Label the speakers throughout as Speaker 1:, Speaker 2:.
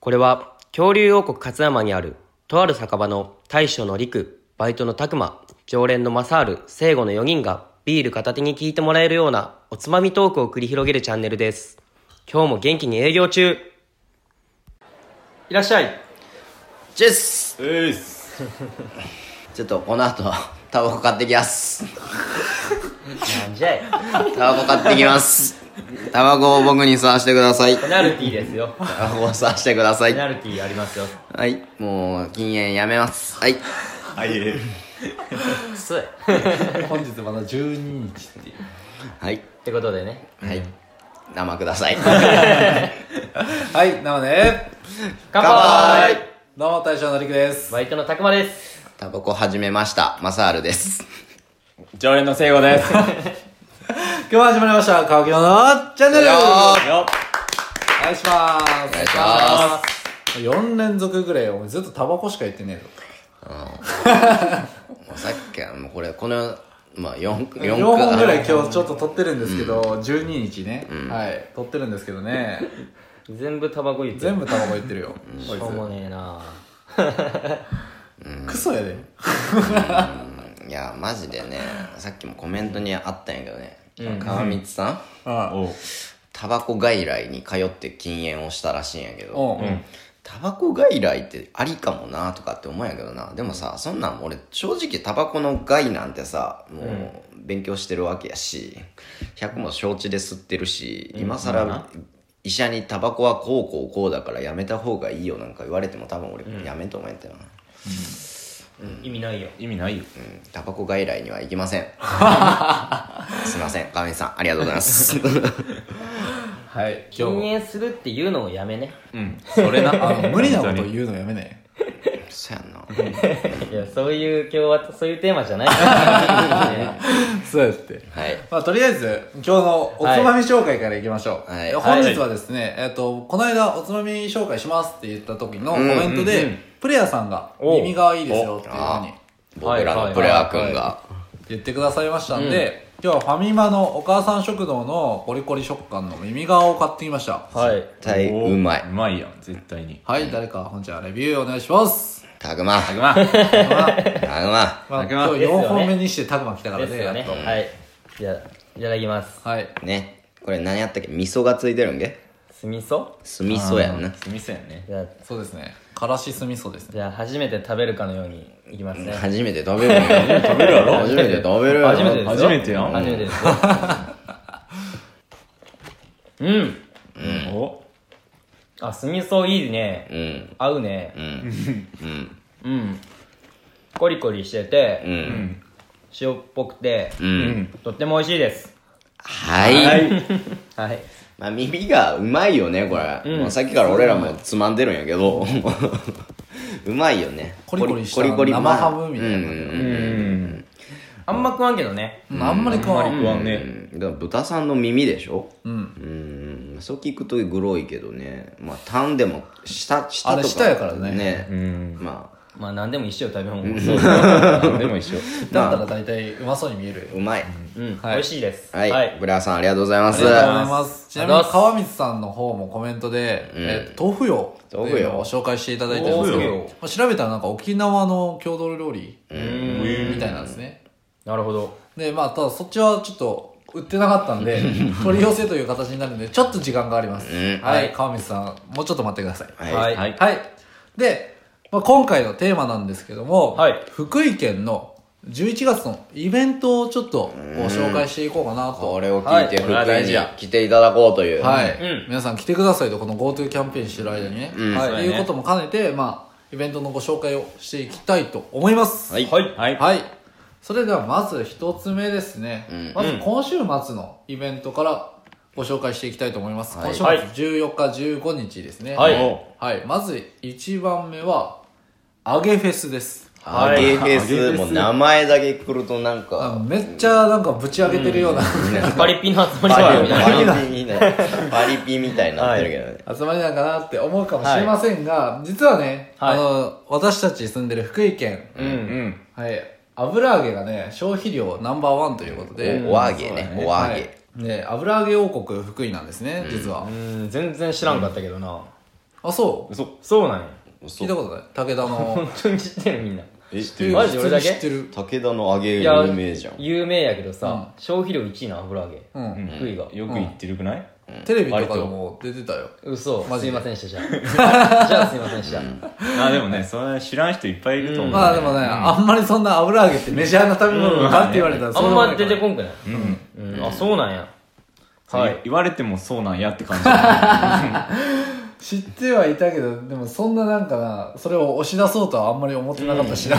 Speaker 1: これは恐竜王国勝山にあるとある酒場の大将の陸、バイトの拓馬、常連の正ル、聖護の4人がビール片手に聞いてもらえるようなおつまみトークを繰り広げるチャンネルです。今日も元気に営業中いらっしゃい
Speaker 2: チェス
Speaker 3: えいっす
Speaker 2: ちょっとこの後 タバコ買ってきます
Speaker 1: なんじゃい
Speaker 2: タバコ買ってきますタバコを僕に吸わしてください
Speaker 1: ペナルティーですよ。
Speaker 2: タバコを吸わしてくださ
Speaker 1: ペ
Speaker 2: い
Speaker 1: ナルティーありますよ。
Speaker 2: はいもう禁煙やめますはい
Speaker 3: はいえ
Speaker 1: くそい。っ
Speaker 3: 本日まだ12日っていう
Speaker 2: はい
Speaker 1: てことでね。
Speaker 2: はい生ください
Speaker 3: はい生ね
Speaker 1: 乾
Speaker 2: 杯
Speaker 3: どうも大将のりくです
Speaker 1: バイトのたくまです。
Speaker 2: タバコ始めましたマサールです
Speaker 3: 常連の聖護です今日も始まりました川木のチャンネル
Speaker 2: よー
Speaker 3: よお願いしますお
Speaker 2: 願いします
Speaker 3: 4連続ぐらいお前ずっとタバコしか言ってね
Speaker 2: もうさっきはもうこれこのまあ 4,
Speaker 3: え
Speaker 2: 4,
Speaker 3: ぞ4本ぐらい今日ちょっと撮ってるんですけど、12日ね、はい撮ってるんですけどね
Speaker 1: 全部タバコ言ってる。
Speaker 3: 全部タバコ言ってるよ、こい
Speaker 1: しょうもねえな
Speaker 3: つクソやで
Speaker 2: いやマジでねさっきもコメントにあったんやけどね、川光さん
Speaker 3: あ
Speaker 4: おう
Speaker 2: タバコ外来に通って禁煙をしたらしいんやけど、
Speaker 3: おう、うん
Speaker 2: タバコ外来ってありかもなとかって思うんやけどなでもさそんなん俺正直タバコの害なんてさもう勉強してるわけやし100も承知で吸ってるし、今更医者にタバコはこうこうこうだからやめた方がいいよなんか言われても多分俺やめんと思えてな、うん
Speaker 1: 意味ないよ。
Speaker 4: 意味ないよ
Speaker 2: タバコ外来には行きま せんすいません川西さんありがとうございます
Speaker 3: はい今日
Speaker 1: 禁
Speaker 3: も
Speaker 1: 煙するっていうのをやめね。
Speaker 4: うんそれな
Speaker 3: あの無理なこ
Speaker 4: 本当
Speaker 3: と
Speaker 4: に
Speaker 3: 言うのやめね
Speaker 2: そやんない
Speaker 1: や、そういう、今日は、そういうテーマじゃないから、
Speaker 3: そうやって
Speaker 2: はい
Speaker 3: まあとりあえず今日のおつまみ紹介からいきましょう、
Speaker 2: はい
Speaker 3: 本日はですね、えっとこの間おつまみ紹介しますって言った時のコメントで、プレアさんが
Speaker 1: お
Speaker 3: 耳がいいですよっていうふうに
Speaker 2: あ僕らのプレア君が
Speaker 3: 言ってくださいましたんで、今日はファミマのお母さん食堂のコリコリ食感の耳側を買ってきました
Speaker 1: はい。
Speaker 2: 絶対うまいう
Speaker 4: まいやん絶対に
Speaker 3: はい、誰か本日はレビューお願いします、
Speaker 2: たくま
Speaker 4: たくま
Speaker 3: たくま
Speaker 2: たくま
Speaker 3: まあ、
Speaker 4: たくま
Speaker 3: 今日
Speaker 1: ですよね
Speaker 3: 4本目にしてたくま来たから
Speaker 1: で
Speaker 3: ね
Speaker 1: すよね。
Speaker 3: やっと
Speaker 1: はい。じゃあ、いただきます。
Speaker 3: はい
Speaker 2: ねこれ何やったっけ味噌がついてるんけ
Speaker 1: 酢味噌
Speaker 2: 酢味噌やんな
Speaker 4: すみせんね
Speaker 1: じゃあ、
Speaker 3: そうですねからし酢味噌ですね
Speaker 1: じゃあ初めて食べるかのようにいきますね。
Speaker 2: 初めて食べるんや食べるやろ初めて食べるやろ
Speaker 1: 初めてですよ。
Speaker 4: 初めてやん
Speaker 1: 初めてですよ。うん。
Speaker 4: お
Speaker 1: あ、酢味噌いいね。
Speaker 2: うん
Speaker 1: 合うね。
Speaker 2: うん
Speaker 1: うん。コリコリしてて、
Speaker 2: うん
Speaker 1: 塩っぽくて、
Speaker 2: うん
Speaker 1: とっても美味しいです。
Speaker 2: はい
Speaker 1: はい。
Speaker 2: まあ耳がうまいよねこれもうさっきから俺らもつまんでるんやけど うまいよね
Speaker 3: コリコリした
Speaker 2: コリコリ
Speaker 3: 生ハムみたいな
Speaker 2: うんうんうん
Speaker 4: うん
Speaker 1: あんま食わんけどね。
Speaker 3: うんあんまり変わらん
Speaker 4: 不安
Speaker 2: う
Speaker 4: ね
Speaker 2: んだから豚さんの耳でしょ
Speaker 3: うん
Speaker 2: うんそう聞くとグロいけどねまあタンでも下下とか
Speaker 3: あれ下やからね
Speaker 4: うん
Speaker 2: まあ
Speaker 1: まあ何でも一緒よ、食べ物。
Speaker 4: でも一緒
Speaker 3: だったら大体うまそうに見えるよ
Speaker 2: うまい
Speaker 1: うん、美
Speaker 3: はい
Speaker 1: 味しいです。
Speaker 2: はい、ブラーさんありがとうございます
Speaker 3: ありがとうございます。ちなみ
Speaker 1: あ
Speaker 3: に
Speaker 1: りがとう
Speaker 3: 川光さんの方もコメントで、
Speaker 2: ん
Speaker 3: えっと豆腐よ
Speaker 2: 豆腐よ
Speaker 3: を紹介していただいてるんですけど、
Speaker 4: 豆
Speaker 3: まあ調べたらなんか沖縄の郷土料理みたいなんですね。
Speaker 1: なるほど。
Speaker 3: で、まあただそっちはちょっと売ってなかった んで、取り寄せという形になるんで、ちょっと時間があります。
Speaker 2: うん
Speaker 3: はい、川光さん、もうちょっと待ってください。
Speaker 2: はい、
Speaker 1: はい
Speaker 4: はい
Speaker 3: はい。で、まあ、今回のテーマなんですけども、
Speaker 1: はい
Speaker 3: 福井県の11月のイベントをちょっとご紹介していこうかなと。
Speaker 2: これを聞いて
Speaker 3: はい
Speaker 2: 福
Speaker 3: これは
Speaker 2: 井
Speaker 3: 大
Speaker 2: に
Speaker 3: 事や
Speaker 2: 来ていただこうという、
Speaker 3: はい、
Speaker 1: うん
Speaker 3: 皆さん来てくださいとこの GoTo キャンペーンしてる間にね、
Speaker 2: ん
Speaker 3: はい
Speaker 4: そうだね
Speaker 3: いうことも兼ねて、まあ、イベントのご紹介をしていきたいと思います
Speaker 2: はい
Speaker 1: はい。
Speaker 4: はい
Speaker 3: はいそれではまず一つ目ですね、
Speaker 2: うん
Speaker 3: まず今週末のイベントからご紹介していきたいと思います、
Speaker 2: はい
Speaker 3: 今週末14日15日ですね
Speaker 1: はい
Speaker 4: お
Speaker 3: はい、まず1番目は揚げフェスです
Speaker 2: アゲフェスもう名前だけ来るとなん
Speaker 3: あ
Speaker 2: か
Speaker 3: めっちゃなんかぶち上げてるような、
Speaker 1: パリピの集まり
Speaker 2: パ
Speaker 1: だ
Speaker 2: リ
Speaker 1: みたいな。
Speaker 2: ピみたいなパリピみたいになってるけどね、
Speaker 3: 集まりなんかなって思うかもしれませんが、実はね、
Speaker 1: はい
Speaker 3: あの私たち住んでる福井県、
Speaker 4: うん
Speaker 3: はい、油揚げがね消費量ナンバーワンということで、
Speaker 2: おお揚げねお揚
Speaker 3: はい
Speaker 2: げ、
Speaker 3: ね油揚げ王国福井なんですね、実は、
Speaker 1: うん、全然知らんかったけどな。
Speaker 3: あ、そう
Speaker 4: そそうなんや
Speaker 3: 聞いたことな い。武田の。
Speaker 4: 本当に知ってるみんな
Speaker 2: え
Speaker 3: 知ってる
Speaker 4: マジで俺だ
Speaker 3: 普
Speaker 4: け
Speaker 3: 通に知ってる。
Speaker 2: 武田の揚げ有名じゃん
Speaker 1: 有名やけどさ、消費量1位な油揚げ
Speaker 3: う。
Speaker 4: うんん
Speaker 1: 福井が
Speaker 4: よく言ってるくない
Speaker 3: テレビとかでも出てたよ。
Speaker 1: 嘘
Speaker 3: マ
Speaker 1: す
Speaker 3: ジ
Speaker 1: い
Speaker 3: で
Speaker 1: ませんでしたじゃあじゃあすいませんでした、
Speaker 4: あでもねそれ知らん人いっぱいいると思う
Speaker 3: まあでもね、あんまりそんな油揚げってメジャーな食べ物かって言われたら、
Speaker 1: あんま出てこ
Speaker 3: ん。
Speaker 1: んくない、
Speaker 4: うん
Speaker 1: うんあそうなんや
Speaker 4: そう
Speaker 1: はい
Speaker 4: 言われてもそうなんやって感じあ
Speaker 3: 知ってはいたけど、でもそんななんかな、それを押し出そうとはあんまり思ってなかったしな。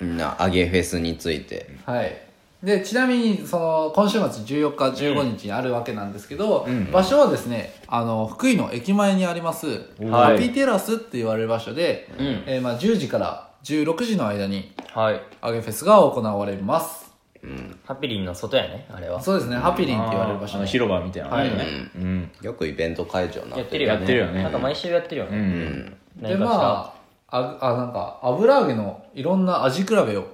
Speaker 2: みんな揚げフェスについて
Speaker 3: はい。で、ちなみに、その、今週末14日、15日にあるわけなんですけど、場所はですね、あの、福井の駅前にあります、
Speaker 1: はい
Speaker 3: ハピテラスって言われる場所で、
Speaker 1: うん
Speaker 3: えーまあ10時から16時の間に、
Speaker 1: はい
Speaker 3: アゲフェスが行われます。
Speaker 1: ハピリンの外やねあれは
Speaker 3: そうですね、ハピリンって言われる場
Speaker 4: ーあ
Speaker 3: 所
Speaker 4: の
Speaker 3: ね
Speaker 4: 広場みたいな
Speaker 1: はい
Speaker 4: うんうん
Speaker 2: よくイベント会場にな
Speaker 1: や
Speaker 2: っ
Speaker 1: ってて
Speaker 2: る
Speaker 1: るよね
Speaker 4: やってるよね
Speaker 1: なんか毎週やってるよ
Speaker 4: う
Speaker 1: ね、
Speaker 4: ん
Speaker 3: で
Speaker 1: 何かしら、
Speaker 3: まあああなんか油揚げのいろんな味比べを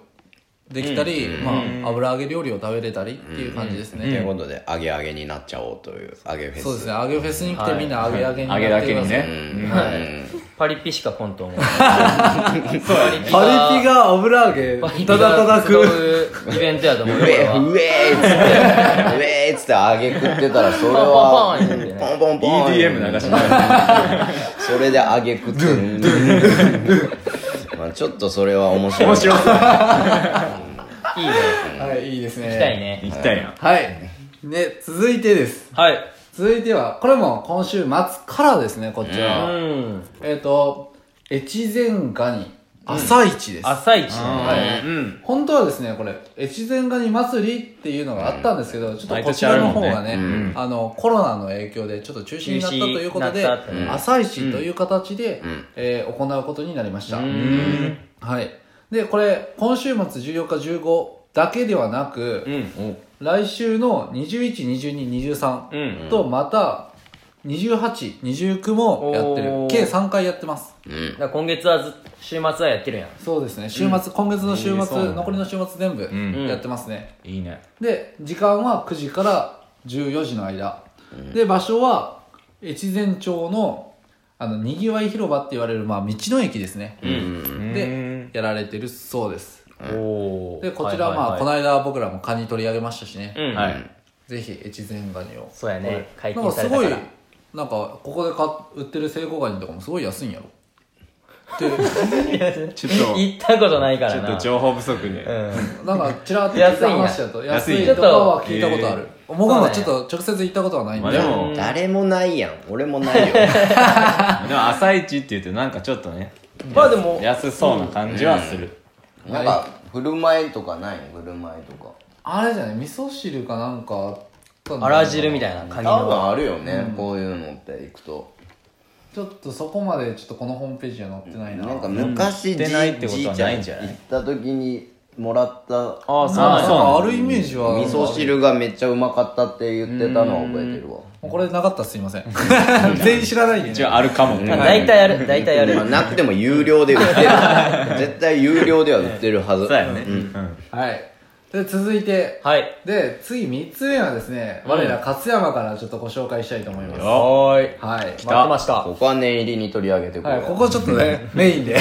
Speaker 3: できたり、まあ、油揚げ料理を食べれたりっていう感じです
Speaker 2: とい
Speaker 3: ね、
Speaker 2: うことで揚げ揚げになっちゃおうという揚げフェス
Speaker 3: そうですね揚げフェスに来
Speaker 1: は
Speaker 3: て
Speaker 1: い
Speaker 3: みんな揚げ揚げにな
Speaker 4: 揚
Speaker 3: っ
Speaker 4: げだ
Speaker 3: て
Speaker 4: け
Speaker 3: くだ
Speaker 4: に
Speaker 3: さい、
Speaker 4: ねうん
Speaker 1: はいパリピしか来んと思う
Speaker 3: パリピが油揚げ
Speaker 1: パリピ
Speaker 3: ただただ
Speaker 1: が集
Speaker 3: く
Speaker 1: うイベントやと思う
Speaker 2: う
Speaker 1: よ俺
Speaker 2: え
Speaker 1: は
Speaker 2: うえーっつってうえーっつって揚げ食ってたらそれは
Speaker 1: ポンポンポン
Speaker 2: ポンポンポン
Speaker 4: EDM 流しながら
Speaker 2: それで揚げ食ってるまあちょっとそれは面白い
Speaker 4: 面白そう
Speaker 1: いいね
Speaker 3: はいいいですね
Speaker 1: 行きたいね
Speaker 4: 行きたいな
Speaker 3: はいね続いてです
Speaker 1: はい
Speaker 3: 続いてはこれも今週末からですねこっち
Speaker 1: う
Speaker 3: は、
Speaker 1: ん
Speaker 3: えっ、と越前ガニ朝市です、
Speaker 1: 朝一だね
Speaker 3: はい
Speaker 4: うん
Speaker 3: 本当はですね、これ、越前ガニ祭りっていうのがあったんですけど、ちょっとこちらの方が
Speaker 2: 毎年あ
Speaker 3: ね、
Speaker 2: るもんね
Speaker 3: あの、コロナの影響でちょっと中止になったということで
Speaker 1: 中止になったという、
Speaker 3: 朝市という形で、
Speaker 2: ん
Speaker 3: えー行うことになりました。
Speaker 1: うん
Speaker 3: はい。で、これ、今週末14日15だけではなく、
Speaker 1: うん
Speaker 3: 来週の21、22、
Speaker 1: う
Speaker 3: 23
Speaker 1: ん
Speaker 3: と、また、28、29もやってる
Speaker 1: お。ー
Speaker 3: 計3回やってます。
Speaker 1: だから今月はず週末はやってるやん
Speaker 3: そうですね、週末、今月の週
Speaker 4: えーそうなん
Speaker 3: 末、
Speaker 4: だ
Speaker 3: 残りの週末全部
Speaker 4: ん
Speaker 3: やってますね。
Speaker 4: いいね
Speaker 3: で時間は9時から14時の間、で場所は越前町のあのにぎわい広場って言われる、まあ、道の駅ですね、でやられてるそうです
Speaker 1: おお
Speaker 3: でこちらはまあ、この間僕らもカニ取り上げましたしね、
Speaker 1: うん
Speaker 4: はい
Speaker 3: ぜひ越前ガニを
Speaker 1: そうやね解
Speaker 3: なんか
Speaker 1: 禁さ
Speaker 3: す
Speaker 1: れた
Speaker 3: ご
Speaker 1: か
Speaker 3: い
Speaker 1: ら
Speaker 3: なんかここで買売ってる成功ガニとかもすごい安いんやろって
Speaker 4: ちょっと
Speaker 1: 行ったことないか
Speaker 4: ち
Speaker 1: ら
Speaker 4: ょっと
Speaker 1: な
Speaker 4: 情報不足で
Speaker 3: なんかちらっと聞いた話だと
Speaker 4: 安
Speaker 3: 安
Speaker 4: いんや
Speaker 3: いとかは聞いたことある、僕もちょっと直接行ったことはないん
Speaker 4: まあ
Speaker 3: で
Speaker 4: でも
Speaker 2: 誰もないやん俺もない よ
Speaker 4: でも朝一って言うとなんかちょっとね
Speaker 1: まあでも
Speaker 4: 安そうな感じはする
Speaker 2: なんか振る舞いとかないん振る舞いとか
Speaker 3: あれじゃない味噌汁かなんかあったんだ
Speaker 1: あら汁みたいな
Speaker 2: 多
Speaker 1: 感じの
Speaker 2: 分あるよね、こういうのって行くと
Speaker 3: ちょっとそこまでちょっとこのホームページには載ってないな
Speaker 2: なんか昔じ
Speaker 4: ん出ないってことはないんじゃない
Speaker 2: 行った時にもらった
Speaker 1: ああそう
Speaker 3: あ
Speaker 1: な
Speaker 3: なんん
Speaker 1: や
Speaker 3: かあるイメージは
Speaker 2: 味噌汁がめっちゃうまかったって言ってたのを覚えてるわ
Speaker 3: もうこれなかったらすいません全員知らないんで
Speaker 4: 一
Speaker 3: ね
Speaker 4: 応あるかもって
Speaker 1: 大体やる大体や
Speaker 2: まあ
Speaker 1: る
Speaker 2: なくても有料で売ってる絶対有料では売ってるはず
Speaker 4: そうやね
Speaker 3: はいで続いて
Speaker 1: はい
Speaker 3: で次3つ目はですね、我ら勝山からちょっとご紹介したいと思います、
Speaker 4: はーい
Speaker 3: はい、
Speaker 1: 待ってました
Speaker 2: ここは念入りに取り上げてこ
Speaker 3: はい、こ
Speaker 2: よ
Speaker 3: こちょっとね、 メインで。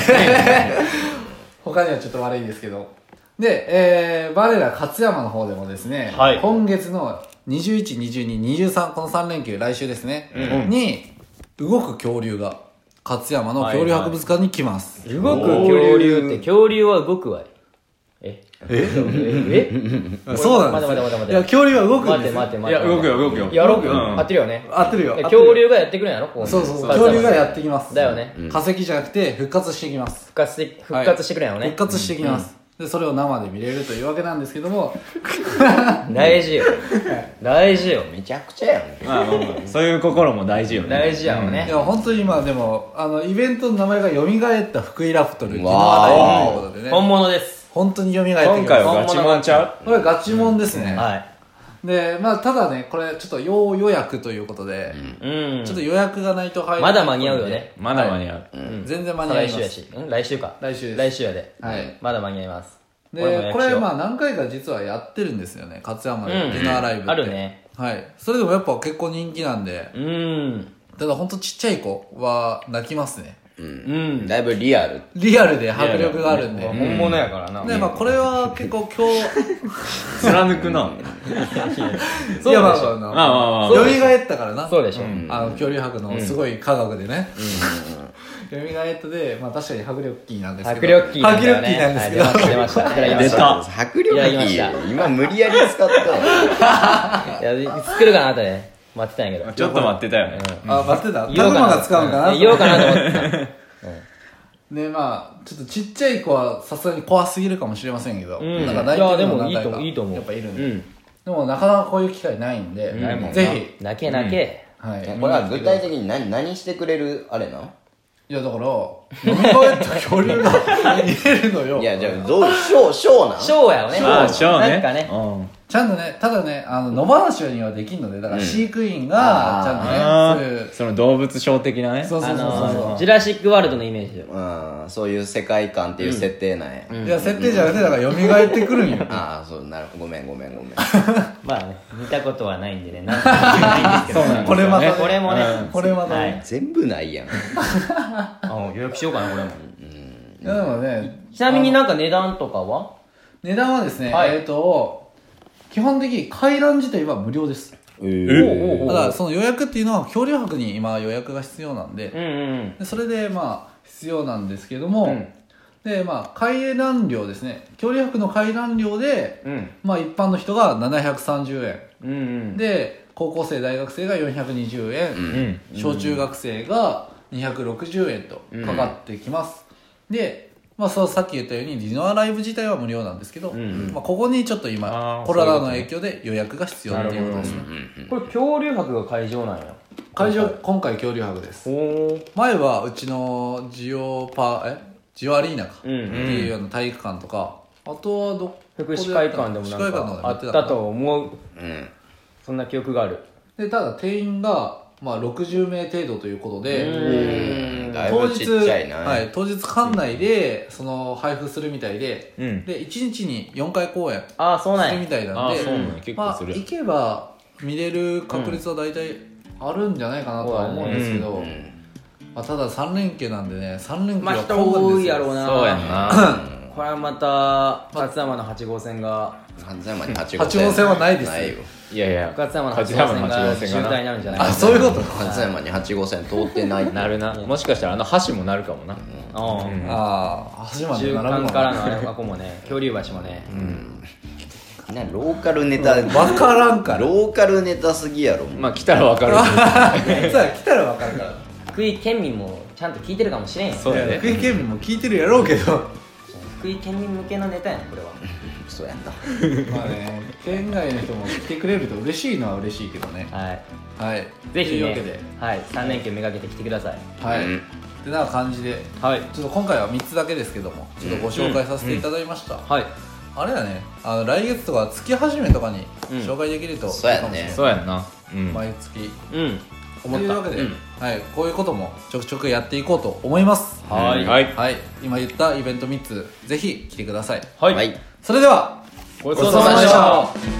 Speaker 3: 他にはちょっと悪いんですけど。で、えー、我ら勝山の方でもですね、
Speaker 1: はい
Speaker 3: 今月の21、22、23、この3連休、来週ですね、に、動く恐竜が、勝山の恐竜博物館に来ます。
Speaker 1: 動く恐竜って恐竜は動くわいえええ
Speaker 3: そうなんです
Speaker 1: 待
Speaker 3: よ
Speaker 1: て待て待て
Speaker 3: いや、恐竜は動くん
Speaker 1: 待
Speaker 3: で
Speaker 1: て
Speaker 3: すよ。
Speaker 1: 待て待
Speaker 4: い
Speaker 1: て
Speaker 4: や動くよ動くよ
Speaker 1: いや動くよ
Speaker 4: うん
Speaker 1: 合ってるよね
Speaker 3: 合ってるよ。合ってるよ
Speaker 1: 恐竜がやってくるんやろこ
Speaker 3: そうそうそう。
Speaker 1: 勝
Speaker 3: 恐
Speaker 1: 山
Speaker 3: 竜がやってきます。
Speaker 1: だよね
Speaker 3: うん化石じゃなくて、復活してきます。
Speaker 1: 復活して復活してくるんやろ
Speaker 3: 復
Speaker 1: ね
Speaker 3: 活してきます。で、それを生で見れるというわけなんですけども、
Speaker 1: 大事よ大事よ
Speaker 2: めちゃくちゃやん
Speaker 4: まあまあまあそういう心も大事よね
Speaker 1: 大事やろ
Speaker 3: い
Speaker 1: ね
Speaker 3: や本当に今でもあのイベントの名前が蘇った福井ラフトル昨日
Speaker 2: わ
Speaker 3: あ
Speaker 2: ー
Speaker 3: たりということでね
Speaker 1: 本物です
Speaker 3: 本当に蘇ってきます
Speaker 4: 今回はガチモンちゃ
Speaker 3: これガチモンですね、
Speaker 1: は
Speaker 3: でまあただねこれちょっと要予約ということで、
Speaker 1: いうん
Speaker 3: ちょっと予約がないと入れな
Speaker 1: ま
Speaker 3: い
Speaker 1: だ間に合うよね
Speaker 4: うまだ間に合う
Speaker 3: うん全然間に合い
Speaker 1: 来
Speaker 3: ます
Speaker 1: 週やしうん来週か
Speaker 3: 来週です
Speaker 1: 来週やで
Speaker 3: はい
Speaker 1: まだ間に合います俺も
Speaker 3: で
Speaker 1: 役
Speaker 3: これ
Speaker 1: 所
Speaker 3: まあ何回か実はやってるんですよね勝山でディナーライブって、
Speaker 1: あるね
Speaker 3: はいそれでもやっぱ結構人気なんで
Speaker 1: うん
Speaker 3: ただほんとちっちゃい子は泣きますね。
Speaker 4: うん
Speaker 2: だいぶリアル。
Speaker 3: リアルで迫力があるんで。
Speaker 1: 本物やからな。
Speaker 3: ね、まあこれは結構今 日、
Speaker 4: 貫くな
Speaker 3: いやまあまあ
Speaker 4: まあまあま
Speaker 3: ま
Speaker 4: あ
Speaker 3: あ、蘇ったからな。
Speaker 1: そうでしょ。
Speaker 3: あの恐竜博のすごい科学でね、 よみがえっとで、まあ、確かに迫力キーなんですけど
Speaker 1: 迫力キーなんだよね。
Speaker 3: 迫力キーなんですけど、
Speaker 1: はい出ました、出ま
Speaker 4: 出
Speaker 1: したた。
Speaker 2: 迫力
Speaker 1: いやいま
Speaker 2: いい
Speaker 1: した
Speaker 2: 今無理やり使ったわ
Speaker 1: いや、作るかなとね、待ってたんやけど。
Speaker 4: ちょっと待ってたよね
Speaker 3: あ待ってたタグマが使うのかな、
Speaker 1: 言おうかなと思ってた。
Speaker 3: ねまあちょっとちっちゃい子はさすがに怖すぎるかもしれませんけど、
Speaker 1: うん
Speaker 3: なんか泣いてるの
Speaker 1: いやでもいいと思ういいと思う
Speaker 3: やっぱいるん
Speaker 1: う
Speaker 3: で、
Speaker 1: ん。
Speaker 3: でもなかなかこういう機会ないんで、
Speaker 2: ないもんな
Speaker 3: ぜひ、
Speaker 1: 泣け泣け。
Speaker 3: はい、
Speaker 2: これは具体的に何何してくれるあれない
Speaker 3: やだからよみがえった恐竜が見えるのよ
Speaker 2: いやじゃあどうショーショーなん
Speaker 1: ショーやよね。
Speaker 4: ああショーね
Speaker 1: なんかね。
Speaker 4: う
Speaker 3: ちゃんとねただねあの野放しにはできんのでだから飼育員がちゃ
Speaker 4: あ
Speaker 3: んとね、そういうん
Speaker 4: その動物ショー的なね
Speaker 3: そうそうそうそうそう
Speaker 1: あのジュラシックワールドのイメージよ。
Speaker 2: うんそういう世界観っていう設定なんや、
Speaker 3: いや、設定じゃなくて、だから、蘇ってくる んよ。
Speaker 2: ああそうなるごめんごめんごめん
Speaker 1: まあね、見たことはないんでね、なんとも言えないんですけど。
Speaker 4: そうなんです
Speaker 3: これまた、
Speaker 1: これもね、
Speaker 3: これまた
Speaker 1: は
Speaker 3: ね。
Speaker 1: い。
Speaker 2: 全部ないやん
Speaker 1: あ予約しようかな、これも。
Speaker 3: いやでもね、
Speaker 1: ちなみになんか値段とかは
Speaker 3: 値段はですね、
Speaker 1: はい
Speaker 3: えっ、と、基本的に回覧自体は無料です。
Speaker 2: え
Speaker 3: た
Speaker 2: ー
Speaker 3: だ、その予約っていうのは、恐竜博に今予約が必要なんで、
Speaker 1: うんうん。
Speaker 3: でそれで、まあ、必要なんですけども、で、まあ、回覧料ですね。恐竜博の回覧料で、
Speaker 1: うん。
Speaker 3: まあ、一般の人が730円。
Speaker 1: うんうん。
Speaker 3: で、高校生、大学生が420円。
Speaker 4: うん
Speaker 3: 小中学生が260円とかかってきます、で、まあ、そうさっき言ったようにディノアライブ自体は無料なんですけど、まあ、ここにちょっと
Speaker 4: あ
Speaker 3: 今
Speaker 4: ー
Speaker 3: コロナの影響で予約が必要っていうことですね
Speaker 1: これ恐竜博が会場なんや。
Speaker 3: 会場今回恐竜博です
Speaker 1: おー。
Speaker 3: 前はうちのジオパえジオアリーナかって
Speaker 1: うんうん
Speaker 3: いうような体育館とかあとはど
Speaker 1: 福祉会館でもなんかあったと思う。
Speaker 2: うん
Speaker 1: そんな記憶がある。
Speaker 3: でただ定員が、まあ、60名程度ということで
Speaker 2: うんだい
Speaker 3: 当
Speaker 2: ぶ
Speaker 3: 日
Speaker 2: ちっちゃいな、
Speaker 3: はい、当日館内でその配布するみたいで、
Speaker 4: うん
Speaker 3: で1日に4回公演す
Speaker 1: ああ、そうなん
Speaker 3: るみ
Speaker 1: や。
Speaker 3: たいなんで、
Speaker 4: あそうなんや結構
Speaker 3: まあ、
Speaker 4: する
Speaker 3: 行けば見れる確率は大体あるんじゃないかなとは思うんですけど、まあ、ただ3連休なんでね3連休
Speaker 1: まあ
Speaker 3: は
Speaker 1: 人多いやろう
Speaker 3: う
Speaker 1: な。
Speaker 4: そうやんな
Speaker 1: これはまた、勝山の8号線が、
Speaker 2: 完全に八
Speaker 3: 八王線はないですよ
Speaker 2: ないよ
Speaker 4: いやいや
Speaker 1: 勝山の8号
Speaker 4: 勝山
Speaker 1: 線
Speaker 4: の
Speaker 1: が
Speaker 4: 8号
Speaker 1: 渋
Speaker 4: 線が
Speaker 1: 滞に
Speaker 4: な
Speaker 1: なるんじゃないか
Speaker 3: あ
Speaker 1: な。
Speaker 3: そういうこと
Speaker 2: 松山に8号線通って ない
Speaker 4: なるなもしかしたらあの橋もなるかもな
Speaker 1: あー
Speaker 3: ああ端まで
Speaker 1: 中
Speaker 3: 並ぶ
Speaker 1: 間からのあれあこもね、恐竜橋もね。
Speaker 2: なローカルネタロ
Speaker 3: 分からんから
Speaker 2: ーカルネタすぎやろもう
Speaker 4: まあ来たら わかるけ
Speaker 3: さあ来たら分かるから
Speaker 1: 福井県民もちゃんと聞いてるかもしれんよ。
Speaker 4: そうだ
Speaker 3: いや
Speaker 4: ね
Speaker 3: 福井県民も聞いてるやろうけど
Speaker 1: 福井県民向けのネタやん、これは。
Speaker 2: そうやった
Speaker 3: まあね県外の人も来てくれると嬉しいのは嬉しいけどね
Speaker 1: はい。
Speaker 3: はい
Speaker 1: ぜひ
Speaker 3: というわ
Speaker 1: ね
Speaker 3: けで、
Speaker 1: はい、3連休めがけて来てください。
Speaker 3: はい、
Speaker 2: うん
Speaker 3: ってな感じで
Speaker 1: はい。
Speaker 3: ちょっと今回は3つだけですけどもちょっとご紹介させていただきました、
Speaker 1: はい。
Speaker 3: あれだねあの来月とか月始めとかに
Speaker 1: うん
Speaker 3: 紹介できるといい
Speaker 2: そうやね
Speaker 3: かもしれない、
Speaker 4: そうやんなうん
Speaker 3: 毎月
Speaker 1: うん。
Speaker 3: というわけで、
Speaker 1: うん
Speaker 3: はい、こういうこともちょくちょくやっていこうと思います
Speaker 1: はい。
Speaker 4: はい
Speaker 3: はい今言ったイベント3つぜひ来てください
Speaker 1: は。
Speaker 2: はいい
Speaker 3: それでは
Speaker 4: ご
Speaker 3: ごちそうさまでした